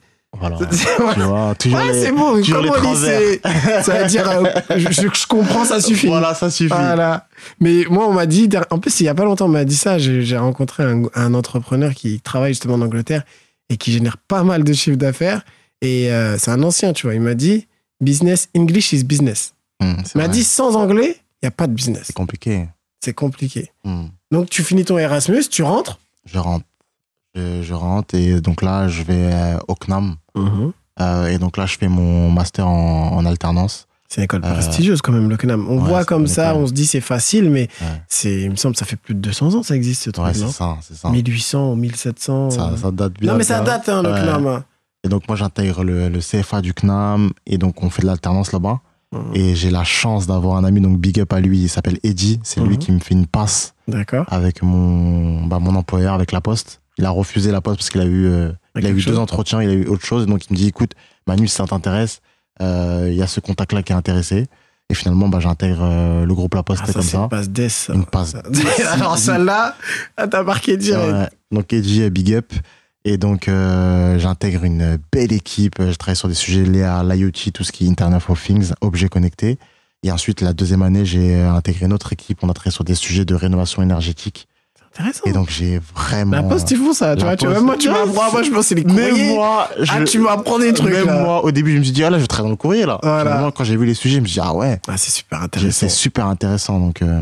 A: voilà.
B: (laughs) ouais,
A: tu vois, toujours Ah. les-
B: Ah, c'est bon,
A: toujours
B: comme
A: les
B: au
A: transverts.
B: lycée. Ça veut dire, euh, je, je- je comprends, ça suffit.
A: Voilà, ça suffit.
B: Voilà. Mais moi, on m'a dit, der- en plus, il y a pas longtemps, on m'a dit ça. J'ai j'ai rencontré un, un entrepreneur qui travaille justement en Angleterre et qui génère pas mal de chiffres d'affaires. Et euh, c'est un ancien, tu vois. Il m'a dit, business, English is business.
A: Hum,
B: Il
A: c'est
B: m'a
A: vrai.
B: dit, sans anglais, il n'y a pas de business.
A: C'est compliqué.
B: C'est compliqué.
A: Hum.
B: Donc, tu finis ton Erasmus, tu rentres.
A: Je rentre. Je, je rentre et donc là, je vais euh, au CNAM. Euh, et donc là, je fais mon master en, en alternance.
B: C'est une école
A: Euh,
B: prestigieuse quand même, le CNAM. On
A: ouais,
B: voit
A: c'est
B: comme
A: une
B: ça,
A: école.
B: on se dit c'est facile, mais
A: Ouais.
B: c'est, il me semble, ça fait plus de 200 ans que ça existe ce truc,
A: Ouais,
B: non
A: c'est ça, c'est ça.
B: 1800 1700. euh.
A: ça. ça date bien.
B: non, mais ça
A: bien.
B: date, hein, le
A: Ouais.
B: CNAM. hein.
A: Et donc, moi, j'intègre le, le CFA du CNAM et donc, on fait de l'alternance là-bas.
B: Mhm.
A: Et j'ai la chance d'avoir un ami, donc big up à lui, il s'appelle Eddie. C'est
B: Mhm.
A: lui qui me fait une passe
B: D'accord.
A: avec mon, bah, mon employeur, avec la poste. Il a refusé la poste parce qu'il a eu, euh, il a
B: quelque
A: eu
B: chose.
A: deux entretiens, il a eu autre chose. Donc il me dit écoute, Manu, si ça t'intéresse, euh, il y a ce contact-là qui est intéressé. Et finalement, bah, j'intègre euh, le groupe La Poste
B: Ah,
A: comme
B: c'est une
A: ça.
B: passe d'ess,
A: (laughs)
B: ça.
A: Une passe.
B: (laughs) Alors, celle-là, ah, t'as marqué direct.
A: Ouais. Donc Edgy, euh, big up. Et donc euh, j'intègre une belle équipe. Je travaille sur des sujets liés à l'IoT, tout ce qui est Internet of Things, objets connectés. Et ensuite, la deuxième année, j'ai euh, intégré notre équipe. On a travaillé sur des sujets de rénovation énergétique.
B: Intéressant.
A: Et donc j'ai vraiment.
B: Oh. la poste, ils font ça. Tu
A: La
B: vois, tu vois,
A: Poste-
B: même moi, tu m'apprends. Moi, je pense que c'est les
A: Mais
B: courriers.
A: moi, je...
B: Ah, tu m'apprends des trucs.
A: Même
B: là.
A: moi, au début, je me suis dit, ah là, je travaille dans le courrier, là.
B: Voilà.
A: Finalement, quand j'ai vu les sujets, je me suis dit, ah ouais,
B: Ah, c'est super intéressant.
A: c'est super intéressant. Donc, euh,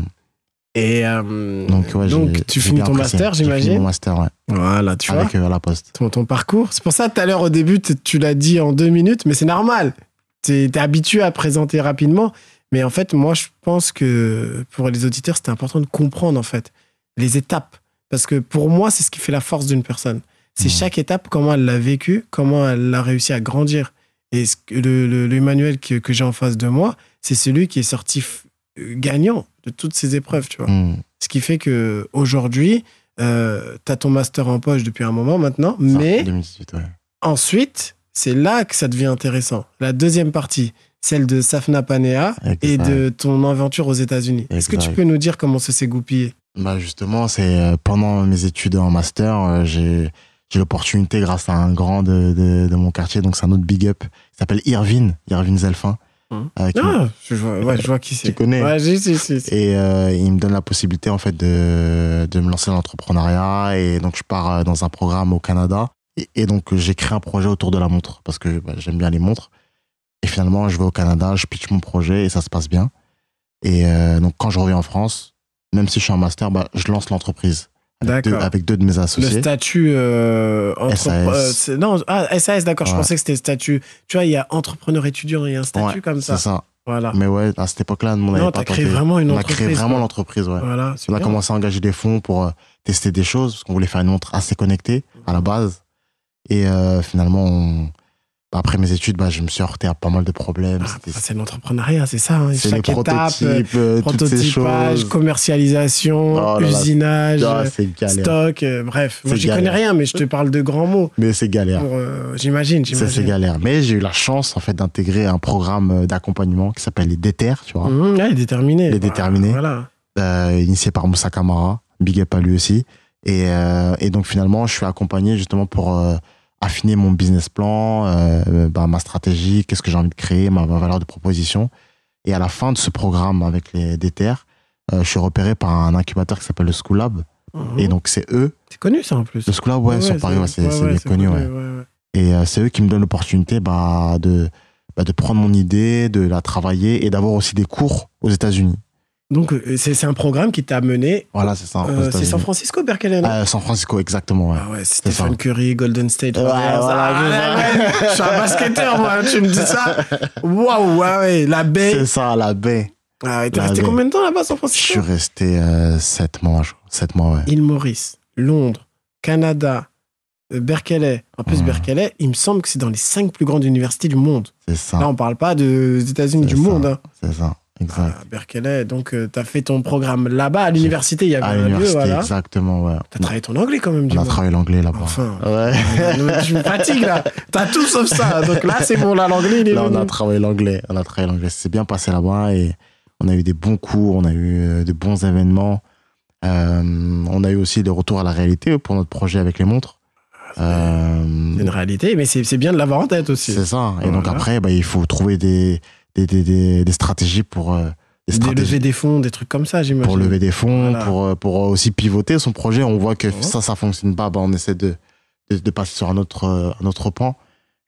B: Et euh,
A: donc, ouais, j'ai-
B: tu
A: j'ai
B: finis
A: bien
B: ton
A: apprécié.
B: master,
A: J'ai fini
B: j'imagine
A: mon master, ouais.
B: Voilà, tu vois.
A: avec euh, la poste.
B: ton, ton parcours. C'est pour ça, tout à l'heure, au début, t- tu l'as dit en deux minutes, mais c'est normal. T'es t'es habitué à présenter rapidement. Mais en fait, moi, je pense que pour les auditeurs, c'était important de comprendre, en fait, les étapes. Parce que pour moi, c'est ce qui fait la force d'une personne. C'est
A: Mhm.
B: chaque étape, comment elle l'a vécue, comment elle a réussi à grandir. Et ce que- le, le, le manuel que, que j'ai en face de moi, c'est celui qui est sorti f- euh, gagnant de toutes ces épreuves, tu vois.
A: Hmm.
B: Ce qui fait que aujourd'hui, euh, tu as ton master en poche depuis un moment maintenant,
A: Ça,
B: mais
A: 2018, ouais.
B: ensuite, c'est là que ça devient intéressant. La deuxième partie, celle de Safna Panea
A: Exact.
B: et de ton aventure aux États-Unis. Est-ce que tu
A: Exact.
B: peux nous dire comment ça s'est goupillé
A: Bah, justement, c'est euh, pendant mes études en master, euh, j'ai j'ai l'opportunité, grâce à un grand de, de, de mon quartier, donc c'est un autre big up, il s'appelle Irvin, Irvin Zelfin.
B: Mhm.
A: euh, qui-
B: Ah, je vois, ouais, je vois qui c'est.
A: connais.
B: Ouais, si, si, si, si.
A: Et euh, il me donne la possibilité en fait de, de me lancer dans l'entrepreneuriat. Et donc je pars euh, dans un programme au Canada. Et, et donc euh, j'ai créé un projet autour de la montre parce que bah, j'aime bien les montres. Et finalement je vais au Canada, je pitch mon projet et ça se passe bien. Et euh, donc quand je reviens en France, même si je suis en master, bah, je lance l'entreprise avec, deux-
B: D'accord.
A: avec deux de mes
B: Le
A: associés.
B: statut euh, entre-
A: SAS.
B: euh, c'est- non, ah, SAS, d'accord, je
A: Ouais.
B: pensais que c'était le statut. Tu vois, il y a entrepreneur étudiant, il y a un statut
A: Ouais,
B: comme
A: C'est
B: ça.
A: ça.
B: Voilà.
A: Mais ouais, à cette époque-là, nous, on
B: non,
A: n'avait
B: t'as
A: pas
B: créé
A: tenté.
B: vraiment une
A: On a
B: entreprise.
A: créé vraiment
B: quoi.
A: l'entreprise, ouais.
B: Voilà,
A: On a
B: bien.
A: commencé à engager des fonds pour euh, tester des choses, parce qu'on voulait faire une montre assez connectée à la base. Et euh, finalement, on- bah, après mes études, bah, je me suis heurté à pas mal de problèmes.
B: Ah,
A: C'était-
B: bah, c'est l'entrepreneuriat, c'est ça. hein.
A: c'est les
B: Chaque étape, euh,
A: prototypes, euh, toutes ces
B: prototypage,
A: choses.
B: commercialisation,
A: Oh là là,
B: usinage, euh,
A: Ah, c'est galère.
B: stock, euh, bref. Moi,
A: C'est
B: j'y connais
A: galère.
B: rien, mais je te parle de grands mots.
A: Mais c'est galère.
B: Pour, euh, j'imagine,
A: Ça, c'est
B: j'imagine.
A: galère. Mais j'ai eu la chance en fait d'intégrer un programme euh, d'accompagnement qui s'appelle les DETER, tu vois,
B: Mhm, ouais, déterminé.
A: hein. Les déterminés.
B: Voilà.
A: euh, initié par Moussa Kamara, big up à lui aussi. Et, euh, et donc finalement, je suis accompagné justement pour euh, affiner mon business plan, euh, bah, ma stratégie, qu'est-ce que j'ai envie de créer, ma, ma valeur de proposition. Et à la fin de ce programme avec les DTR, euh, je suis repéré par un incubateur qui s'appelle le School Lab.
B: Mhm.
A: Et donc c'est eux,
B: C'est connu, ça, en plus.
A: le School Lab, Oh. ouais, sur Paris, ouais, c'est c'est bien connu, ouais.
B: ouais, ouais.
A: Et euh, c'est eux qui me donnent l'opportunité bah, de, bah, de prendre mon idée, de la travailler et d'avoir aussi des cours aux États-Unis.
B: Donc, euh, c'est c'est un programme qui t'a mené.
A: Voilà, c'est ça. aux
B: euh, c'est
A: États-Unis.
B: San Francisco, Berkeley, non
A: Euh, San Francisco, exactement. ouais.
B: Ah ouais, Stephen
A: ça.
B: Curry, Golden State.
A: Ouais,
B: Warriors.
A: voilà,
B: Ah,
A: c'est
B: ouais, ouais. Je suis un basketteur, moi, tu me dis ça. Waouh, ouais, ouais, la baie.
A: C'est ça, la baie.
B: Ah, ouais, t'es
A: la
B: resté
A: baie.
B: combien de temps là-bas, San
A: Je suis
B: Francisco
A: resté 7 mois, 7 mois, ouais.
B: Île Maurice, Londres, Canada, euh, Berkeley. En plus,
A: Mhm.
B: Berkeley, il me semble que c'est dans les cinq plus grandes universités du monde.
A: C'est ça.
B: Là, on parle pas de- des États-Unis
A: Ah. C'est
B: du
A: ça.
B: monde. hein.
A: C'est ça. Exact.
B: Ah, Berkeley, donc tu as fait ton programme là-bas à l'université, il y avait
A: à
B: un lieu,
A: l'université,
B: voilà.
A: exactement, ouais.
B: T'as travaillé ton anglais quand même,
A: On a
B: dis-moi.
A: travaillé l'anglais là-bas.
B: Enfin.
A: Ouais.
B: (laughs) Je me fatigue là. T'as tout sauf ça. Donc là, c'est bon, là, l'anglais, il est
A: Là, on
B: venu.
A: a travaillé l'anglais. On a travaillé l'anglais. C'est bien passé là-bas et on a eu des bons cours, on a eu euh, de bons événements. Euh, on a eu aussi des retours à la réalité pour notre projet avec les montres. Euh,
B: C'est une réalité, mais c'est c'est bien de l'avoir en tête aussi.
A: c'est ça. Et donc
B: Voilà.
A: après, bah, il faut trouver des, des, des, des, des stratégies pour, euh, des
B: Des
A: stratégies
B: lever des fonds, des trucs comme ça, j'imagine.
A: pour lever des fonds,
B: Voilà.
A: pour, euh, pour aussi pivoter son projet. On voit que
B: Mhm.
A: ça, ça fonctionne pas. Bah, on essaie de, de, de passer sur un autre, euh, un autre pan.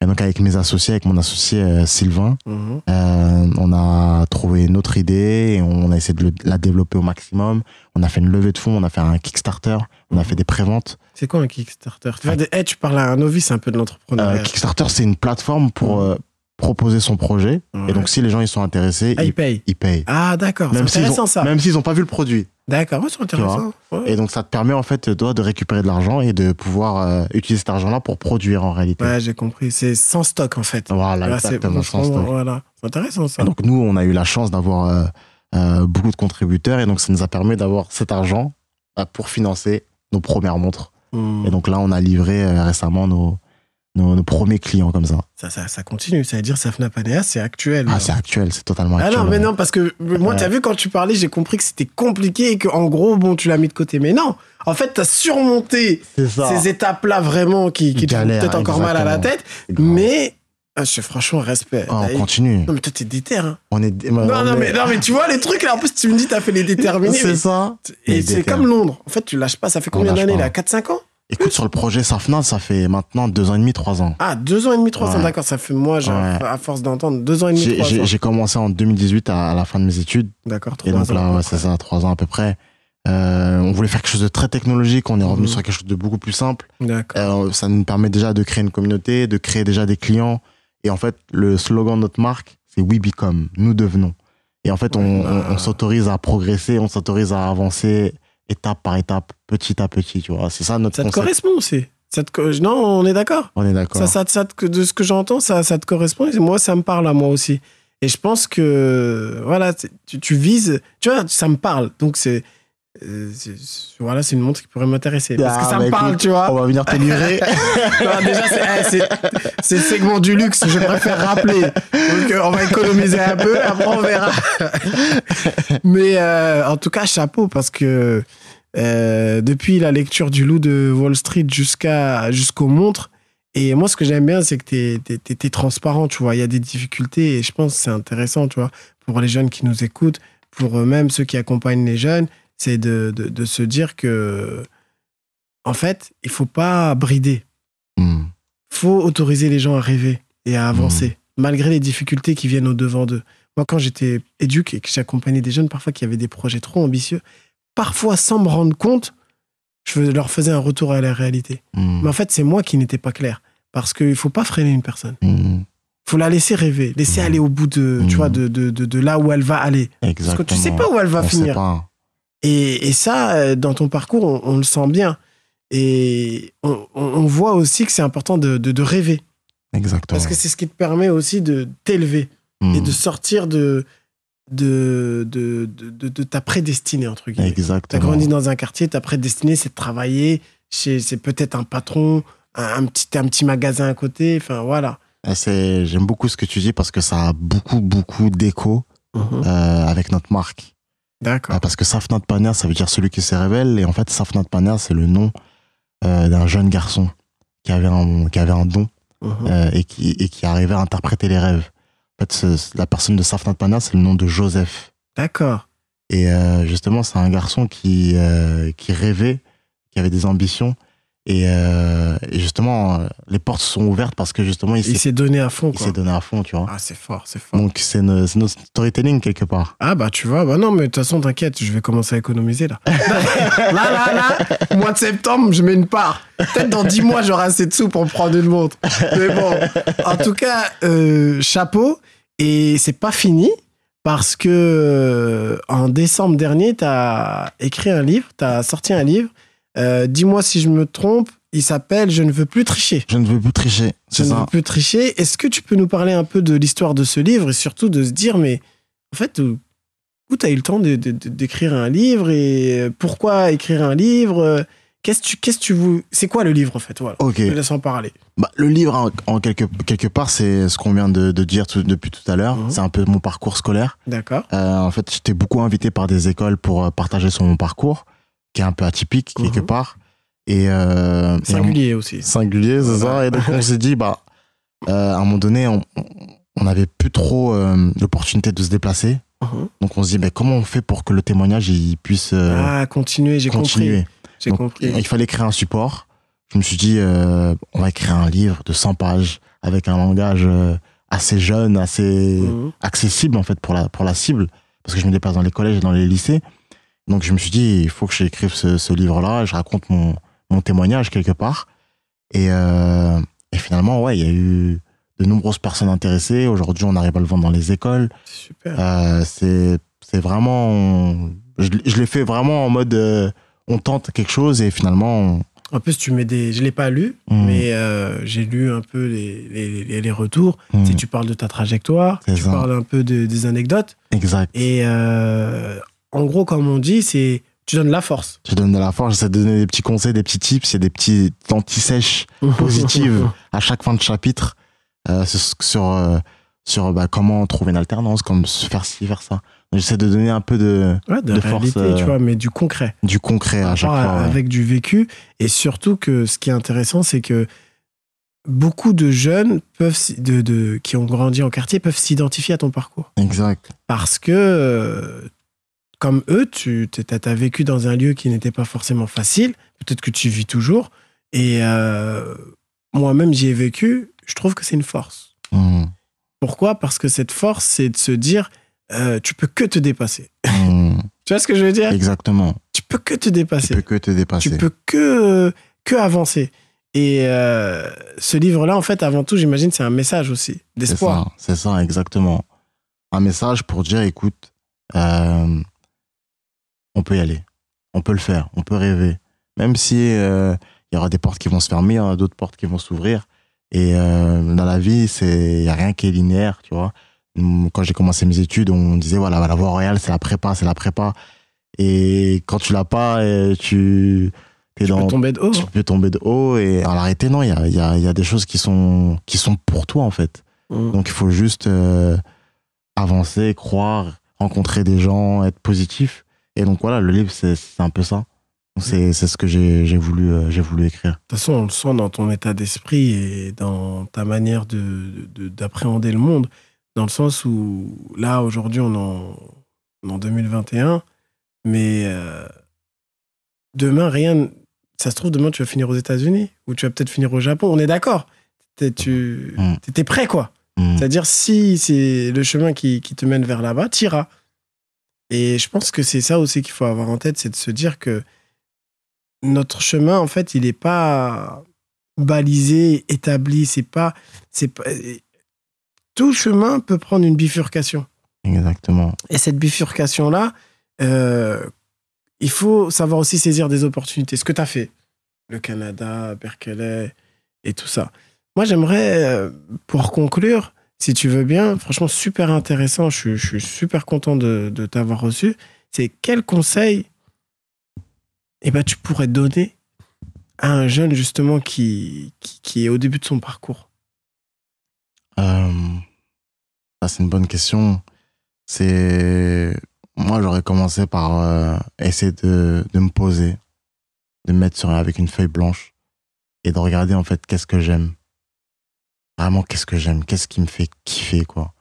A: Et donc avec mes associés, avec mon associé euh, Sylvain,
B: Mhm.
A: Euh, on a trouvé une autre idée et on a essayé de le- la développer au maximum. On a fait une levée de fonds, on a fait un Kickstarter, on a fait des préventes.
B: C'est quoi un Kickstarter Tu vois, des- eh, tu parles à un novice un peu de
A: Euh,
B: l'entrepreneuriat.
A: Kickstarter, c'est une plateforme pour euh, proposer son projet.
B: Ouais.
A: Et donc, si les gens ils sont intéressés,
B: ah,
A: ils,
B: il paye.
A: ils payent.
B: Ah, d'accord. C'est
A: Même s'ils
B: intéressant
A: ont,
B: ça.
A: même s'ils n'ont pas vu le produit.
B: D'accord, ouais, c'est intéressant. Ouais.
A: Et donc, ça te permet en fait, toi, de récupérer de l'argent et de pouvoir euh, utiliser cet argent-là pour produire en réalité.
B: Ouais, j'ai compris. C'est sans stock en fait.
A: Voilà,
B: Là, c'est-
A: exactement.
B: franchement,
A: sans stock.
B: Voilà. C'est intéressant ça.
A: Et donc nous, on a eu la chance d'avoir euh, euh, beaucoup de contributeurs et donc ça nous a permis d'avoir cet argent euh, pour financer nos premières montres.
B: Mhm.
A: Et donc là, on a livré euh, récemment nos, nos, nos premiers clients comme ça.
B: ça, ça, ça continue. Ça veut dire Safna Panea, c'est actuel.
A: Ah,
B: là.
A: c'est actuel, c'est totalement
B: Ah
A: actuel.
B: non, mais non, parce que moi,
A: Ouais.
B: t'as vu, quand tu parlais, j'ai compris que c'était compliqué et que, en gros, bon, tu l'as mis de côté. Mais non, en fait, t'as surmonté
A: c'est ça.
B: ces étapes-là vraiment qui, qui te font
A: Galère,
B: peut-être encore mal à la
A: exactement.
B: tête. Mais, ah, je, franchement, respect.
A: Ah,
B: T'as-
A: on continue.
B: non, mais toi, t'es déter. Hein.
A: On est.
B: Non, non, mais, non, mais tu vois, les trucs là, en plus, tu me dis, t'as fait les déterminés.
A: Ah, C'est
B: mais-
A: ça.
B: Et
A: Les
B: c'est
A: déter.
B: comme Londres. En fait, tu lâches pas. Ça fait
A: On
B: combien
A: lâche
B: d'années
A: pas.
B: là 4-5 ans
A: Écoute, sur le projet Safna, ça fait maintenant deux ans et demi, trois ans.
B: Ah, 2 ans et demi, 3 ans.
A: Ouais.
B: D'accord, ça fait moi, j'ai-
A: Ouais.
B: à force d'entendre, 2 ans et demi,
A: J'ai-
B: 3
A: J'ai
B: ans.
A: j'ai commencé en 2018 à- à la fin de mes études.
B: D'accord, 3
A: Et
B: ans.
A: donc là, ouais, c'est ça, trois ans à peu près. Euh, on voulait faire quelque chose de très technologique, on est revenu
B: Mhm.
A: sur quelque chose de beaucoup plus simple.
B: D'accord.
A: Euh, ça nous permet déjà de créer une communauté, de créer déjà des clients. Et en fait, le slogan de notre marque, c'est We Become, nous devenons. Et en fait, on,
B: Ouais, bah.
A: on- on s'autorise à progresser, on s'autorise à avancer étape par étape, petit à petit, tu vois. C'est ça notre
B: Ça te
A: Euh, concept.
B: correspond aussi. Ça te co- euh, Non, on est d'accord
A: On est d'accord.
B: Ça, ça, ça te- de ce que j'entends, ça, ça te correspond. Et moi, ça me parle à moi aussi. Et je pense que, voilà, c'est- tu, tu vises, tu vois, ça me parle. Donc, c'est, euh, c'est- c'est- voilà, c'est une montre qui pourrait m'intéresser. Parce
A: Ah,
B: que ça
A: bah
B: me parle,
A: écoute,
B: tu vois.
A: On va venir te
B: (laughs)
A: livrer.
B: Voilà, déjà, c'est, eh, c'est, c'est le segment du luxe, je préfère rappeler. Donc, euh, on va économiser un peu, après, on verra. Mais euh, en tout cas, chapeau, parce que euh, depuis la lecture du loup de Wall Street jusqu'à, jusqu'aux montres, et moi, ce que j'aime bien, c'est que t'es, t'es, t'es- t'es transparent, tu vois. Il y a des difficultés, et je pense que c'est intéressant, tu vois, pour les jeunes qui nous écoutent, pour eux-mêmes, ceux qui accompagnent les jeunes, c'est de, de, de se dire que. En fait, il faut pas brider
A: Hmm,
B: faut autoriser les gens à rêver et à avancer,
A: Mmh.
B: malgré les difficultés qui viennent au-devant d'eux. Moi, quand j'étais éduque et que j'accompagnais des jeunes parfois qui avaient des projets trop ambitieux, parfois sans me rendre compte, je fais- leur faisais un retour à la réalité.
A: hmm,
B: Mais en fait, c'est moi qui n'étais pas clair. Parce qu'il ne faut pas freiner une personne.
A: hmm.
B: Il faut la laisser rêver, laisser
A: Mhm.
B: aller au bout de, tu
A: Mhm.
B: vois, de, de, de, de là où elle va aller. Parce
A: Exactement.
B: que tu sais pas où elle va
A: on
B: finir.
A: Sait pas.
B: Et, et ça, euh, dans ton parcours, on, on le sent bien. Et on, on- on voit aussi que c'est important de, de- de rêver.
A: Exactement.
B: Parce que c'est ce qui te permet aussi de t'élever et
A: Hmm.
B: de sortir de, de, de, de, de- de ta prédestinée, entre guillemets. T'as
A: Exactement.
B: grandi dans un quartier, ta prédestinée, c'est de travailler chez, c'est peut-être un patron, un, un petit, un petit magasin à côté, enfin voilà.
A: Et Eh, c'est- J'aime beaucoup ce que tu dis parce que ça a beaucoup, beaucoup d'écho euh, avec notre marque.
B: D'accord.
A: Ah, Parce que Safnat Pania, ça veut dire celui qui se révèle. Et en fait, Safnat Pania, c'est le nom euh, d'un jeune garçon qui avait un, qui avait un don
B: Mhm.
A: euh, et, qui, et qui arrivait à interpréter les rêves. En fait, ce- la personne de Safnat Pania, c'est le nom de Joseph.
B: D'accord.
A: Et euh, justement, c'est un garçon qui, euh, qui rêvait, qui avait des ambitions. Et, euh, et justement, euh, les portes se sont ouvertes parce que justement, il
B: Il
A: s'est-
B: s'est donné à fond,
A: il
B: quoi.
A: s'est donné à fond, tu vois.
B: Ah, c'est fort, c'est fort.
A: Donc c'est no- c'est notre storytelling quelque part.
B: Ah bah tu vois, bah non mais de toute façon t'inquiète, je vais commencer à économiser là. là là là, mois de septembre, je mets une part. Peut-être dans 10 mois j'aurai assez de sous pour me prendre une montre. Mais bon, en tout cas, euh, chapeau. Et c'est pas fini parce que euh, en décembre dernier, t'as écrit un livre, t'as sorti un livre. Euh, Dis-moi si je me trompe, Il s'appelle Je ne veux plus tricher.
A: Je ne veux plus tricher,
B: Je
A: c'est
B: ne veux
A: ça.
B: plus tricher. Est-ce que tu peux nous parler un peu de l'histoire de ce livre et surtout de se dire, mais en fait, euh, où tu as eu le temps de- de- de- d'écrire un livre et euh, pourquoi écrire un livre euh, Qu'est-ce que tu, qu'est-ce que tu veux C'est quoi le livre en fait Voilà.
A: Ok.
B: Je te laisse en parler.
A: Bah, le livre, en, en quelque, quelque part, c'est ce qu'on vient de, de dire tout- depuis tout à l'heure.
B: Mhm.
A: C'est un peu mon parcours scolaire.
B: D'accord.
A: Euh, en fait, j'étais beaucoup invité par des écoles pour euh, partager sur mon parcours, qui est un peu atypique quelque
B: Mhm.
A: part. Et, euh, et à un-
B: Singulier aussi.
A: singulier, c'est
B: Voilà.
A: ça. Et donc on s'est dit, bah, euh, à un moment donné, on on n'avait plus trop euh, l'opportunité de se déplacer.
B: Mhm.
A: Donc on se dit, mais comment on fait pour que le témoignage il puisse euh,
B: Ah, continuez, j'ai compris.
A: continuer
B: J'ai
A: Donc,
B: compris.
A: Il fallait créer un support. Je me suis dit, euh, on va écrire un livre de 100 pages avec un langage euh, assez jeune, assez
B: Mhm.
A: accessible en fait pour la, pour la cible, parce que je me déplace dans les collèges et dans les lycées. Donc je me suis dit, il faut que j'écrive ce, ce livre-là, je raconte mon, mon témoignage quelque part. Et, euh, et finalement, ouais, il y a eu de nombreuses personnes intéressées. Aujourd'hui, on arrive à le vendre dans les écoles.
B: Super.
A: Euh, c'est c'est vraiment... Je, l'ai- je l'ai fait vraiment en mode, euh, on tente quelque chose et finalement, on-
B: En plus, tu mets des. Je l'ai pas lu,
A: Mhm.
B: mais euh, j'ai lu un peu les, les- les- les retours.
A: on-
B: Si tu parles de ta trajectoire,
A: Mmh. C'est
B: tu
A: ça.
B: parles un peu de- des anecdotes.
A: Exact.
B: Et euh, en gros, comme on dit, c'est tu donnes la force.
A: Je donne de la force, j'essaie de donner des petits conseils, des petits tips, et des petits
B: (laughs)
A: anti-sèches (laughs) Positive. à chaque fin de chapitre euh, sur, sur, euh, sur bah, comment trouver une alternance, comme se faire ci, faire ça. J'essaie de donner un peu de,
B: Ouais, de,
A: De
B: réalité,
A: force, euh,
B: tu vois, mais du concret.
A: du concret à chaque
B: Par rapport à-
A: fois. ouais.
B: Avec du vécu. Et surtout que ce qui est intéressant, c'est que beaucoup de jeunes peuvent, s'y- de, de- qui ont grandi en quartier peuvent s'identifier à ton parcours.
A: Exact.
B: Parce que, euh, comme eux, tu as vécu dans un lieu qui n'était pas forcément facile. Peut-être que tu vis toujours. Et euh, moi-même, j'y ai vécu. Je trouve que c'est une force.
A: Mm.
B: Pourquoi Parce que cette force, c'est de se dire, euh, tu peux que te dépasser. (laughs)
A: Mm.
B: Tu vois ce que je veux dire
A: Exactement.
B: Tu peux que te
A: Tu peux
B: dépasser.
A: que te
B: Tu
A: dépasser.
B: peux que, que avancer. Et euh, ce livre-là, en fait, avant tout, j'imagine, c'est un message aussi
A: C'est
B: d'espoir.
A: ça, c'est ça, exactement. Un message pour dire écoute, euh, on peut y aller, on peut le faire, on peut rêver. Même si euh, il y aura des portes qui vont se fermer, il y aura d'autres portes qui vont s'ouvrir. Et euh, dans la vie, c'est- il n'y a rien qui est linéaire, tu vois. Hum, Quand j'ai commencé mes études, on disait voilà, la voie royale, c'est la prépa, c'est la prépa. Et quand tu l'as pas, euh, tu es
B: Tu
A: dans
B: peux tomber de haut.
A: tu peux tomber de haut et en l'arrêter non il y a, il y a- il y a des choses qui sont qui sont pour toi en fait
B: Mm.
A: donc il faut juste euh, avancer croire rencontrer des gens être positif et donc voilà le livre c'est c'est un peu ça Donc, c'est c'est ce que j'ai j'ai voulu euh, j'ai voulu écrire
B: De toute façon, on le sent dans ton état d'esprit et dans ta manière de- de- d'appréhender le monde, dans le sens où là, aujourd'hui, on est en, on est en 2021, mais euh, demain, rien. ne- Ça se trouve, demain, tu vas finir aux États-Unis ou tu vas peut-être finir au Japon. On est d'accord. T'es- Tu
A: Mm.
B: étais prêt, quoi.
A: Mm.
B: C'est-à-dire, si c'est le chemin qui, qui te mène vers là-bas, t'iras. Et je pense que c'est ça aussi qu'il faut avoir en tête, c'est de se dire que notre chemin, en fait, il n'est pas balisé, établi. C'est pas, c'est pas- euh, Tout chemin peut prendre une bifurcation.
A: exactement
B: Et cette bifurcation-là, euh, il faut savoir aussi saisir des opportunités. Ce que tu as fait, le Canada, Berkeley et tout ça. Moi, j'aimerais, euh, pour conclure, si tu veux bien, franchement, super intéressant, je, suis- je suis super content de, de t'avoir reçu, c'est quel conseil eh ben, tu pourrais donner à un jeune justement qui, qui, qui est au début de son parcours
A: Euh, ça, c'est une bonne question c'est moi j'aurais commencé par euh, essayer de, de me poser de me mettre sur avec une feuille blanche et de regarder en fait qu'est-ce que j'aime vraiment qu'est-ce que j'aime qu'est-ce qui me fait kiffer quoi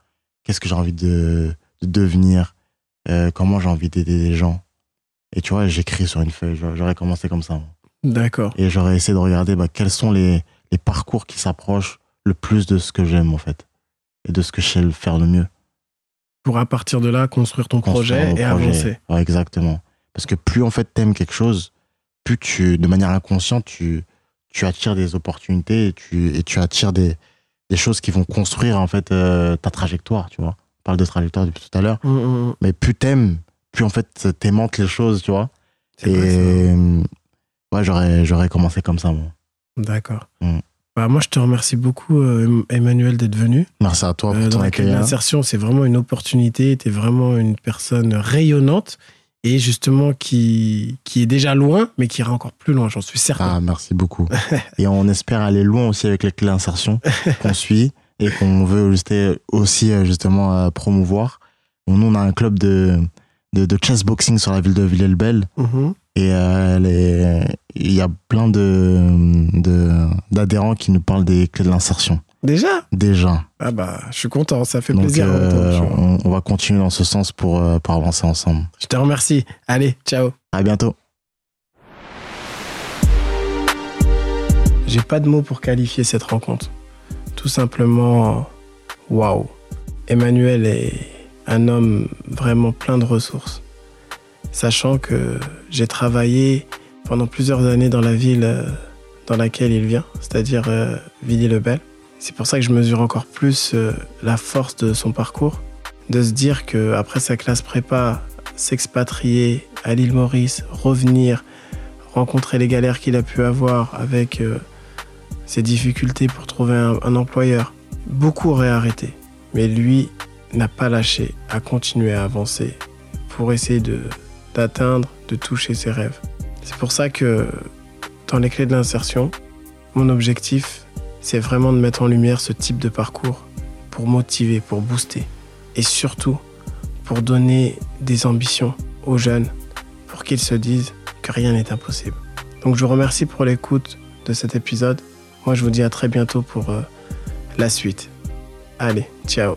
A: qu'est-ce que j'ai envie de, de devenir Euh, comment j'ai envie d'aider les gens et tu vois j'écris sur une feuille j'aurais j'aurais commencé comme ça moi.
B: D'accord.
A: et j'aurais essayé de regarder bah, quels sont les, les parcours qui s'approchent le plus de ce que j'aime en fait et de ce que je sais le faire le mieux
B: Pour à partir de là, construire ton
A: construire
B: projet
A: mon
B: et
A: projet.
B: avancer.
A: Ouais, exactement. Parce que plus en fait t'aimes quelque chose, plus tu, de manière inconsciente, tu, tu attires des opportunités et tu, et tu attires des, des choses qui vont construire en fait euh, ta trajectoire, tu vois. On parle de trajectoire depuis tout à l'heure,
B: Hum, hum, hum.
A: mais plus t'aimes, plus en fait t'aimantes les choses, tu vois.
B: C'est
A: Et
B: vrai, ça.
A: euh, ouais, j'aurais, j'aurais commencé comme ça, moi.
B: D'accord.
A: Mm.
B: Bah, moi, je te remercie beaucoup, euh, Emmanuel, d'être venu.
A: Merci à toi pour
B: Euh,
A: ton
B: dans la clé de
A: accueil. hein.
B: l'insertion, c'est vraiment une opportunité. Tu es vraiment une personne rayonnante et justement qui, qui est déjà loin, mais qui ira encore plus loin, j'en suis certain.
A: Ah, merci
B: (laughs)
A: beaucoup. et on espère aller loin aussi avec les clés d'insertion
B: (laughs)
A: qu'on suit et qu'on veut juste- aussi euh, justement euh, promouvoir. Nous, on a un club de, de, de chessboxing sur la ville de Villers-le-Bel
B: Mhm.
A: et euh, les- il y a plein de de- d'adhérents qui nous parlent des clés de l'insertion
B: Déjà
A: déjà.
B: Ah bah, je suis content, ça fait
A: Donc
B: plaisir. à
A: euh,
B: entendre, tu vois.
A: on, on va continuer dans ce sens pour, euh, pour avancer ensemble.
B: Je te remercie. Allez, ciao.
A: À bientôt.
B: J'ai pas de mots pour qualifier cette rencontre. Tout simplement, waouh. Emmanuel est un homme vraiment plein de ressources. Sachant que j'ai travaillé pendant plusieurs années dans la ville euh, dans laquelle il vient, c'est-à-dire euh, Villiers-le-Bel. C'est pour ça que je mesure encore plus euh, la force de son parcours, de se dire que après sa classe prépa, s'expatrier à l'île Maurice, revenir, rencontrer les galères qu'il a pu avoir avec euh, ses difficultés pour trouver un, un employeur. Beaucoup auraient arrêté, mais lui n'a pas lâché, a continué à avancer pour essayer de d'atteindre, de toucher ses rêves. C'est pour ça que dans les clés de l'insertion, mon objectif, c'est vraiment de mettre en lumière ce type de parcours pour motiver, pour booster et surtout pour donner des ambitions aux jeunes pour qu'ils se disent que rien n'est impossible. Donc je vous remercie pour l'écoute de cet épisode. Moi, je vous dis à très bientôt pour euh, la suite. Allez, ciao.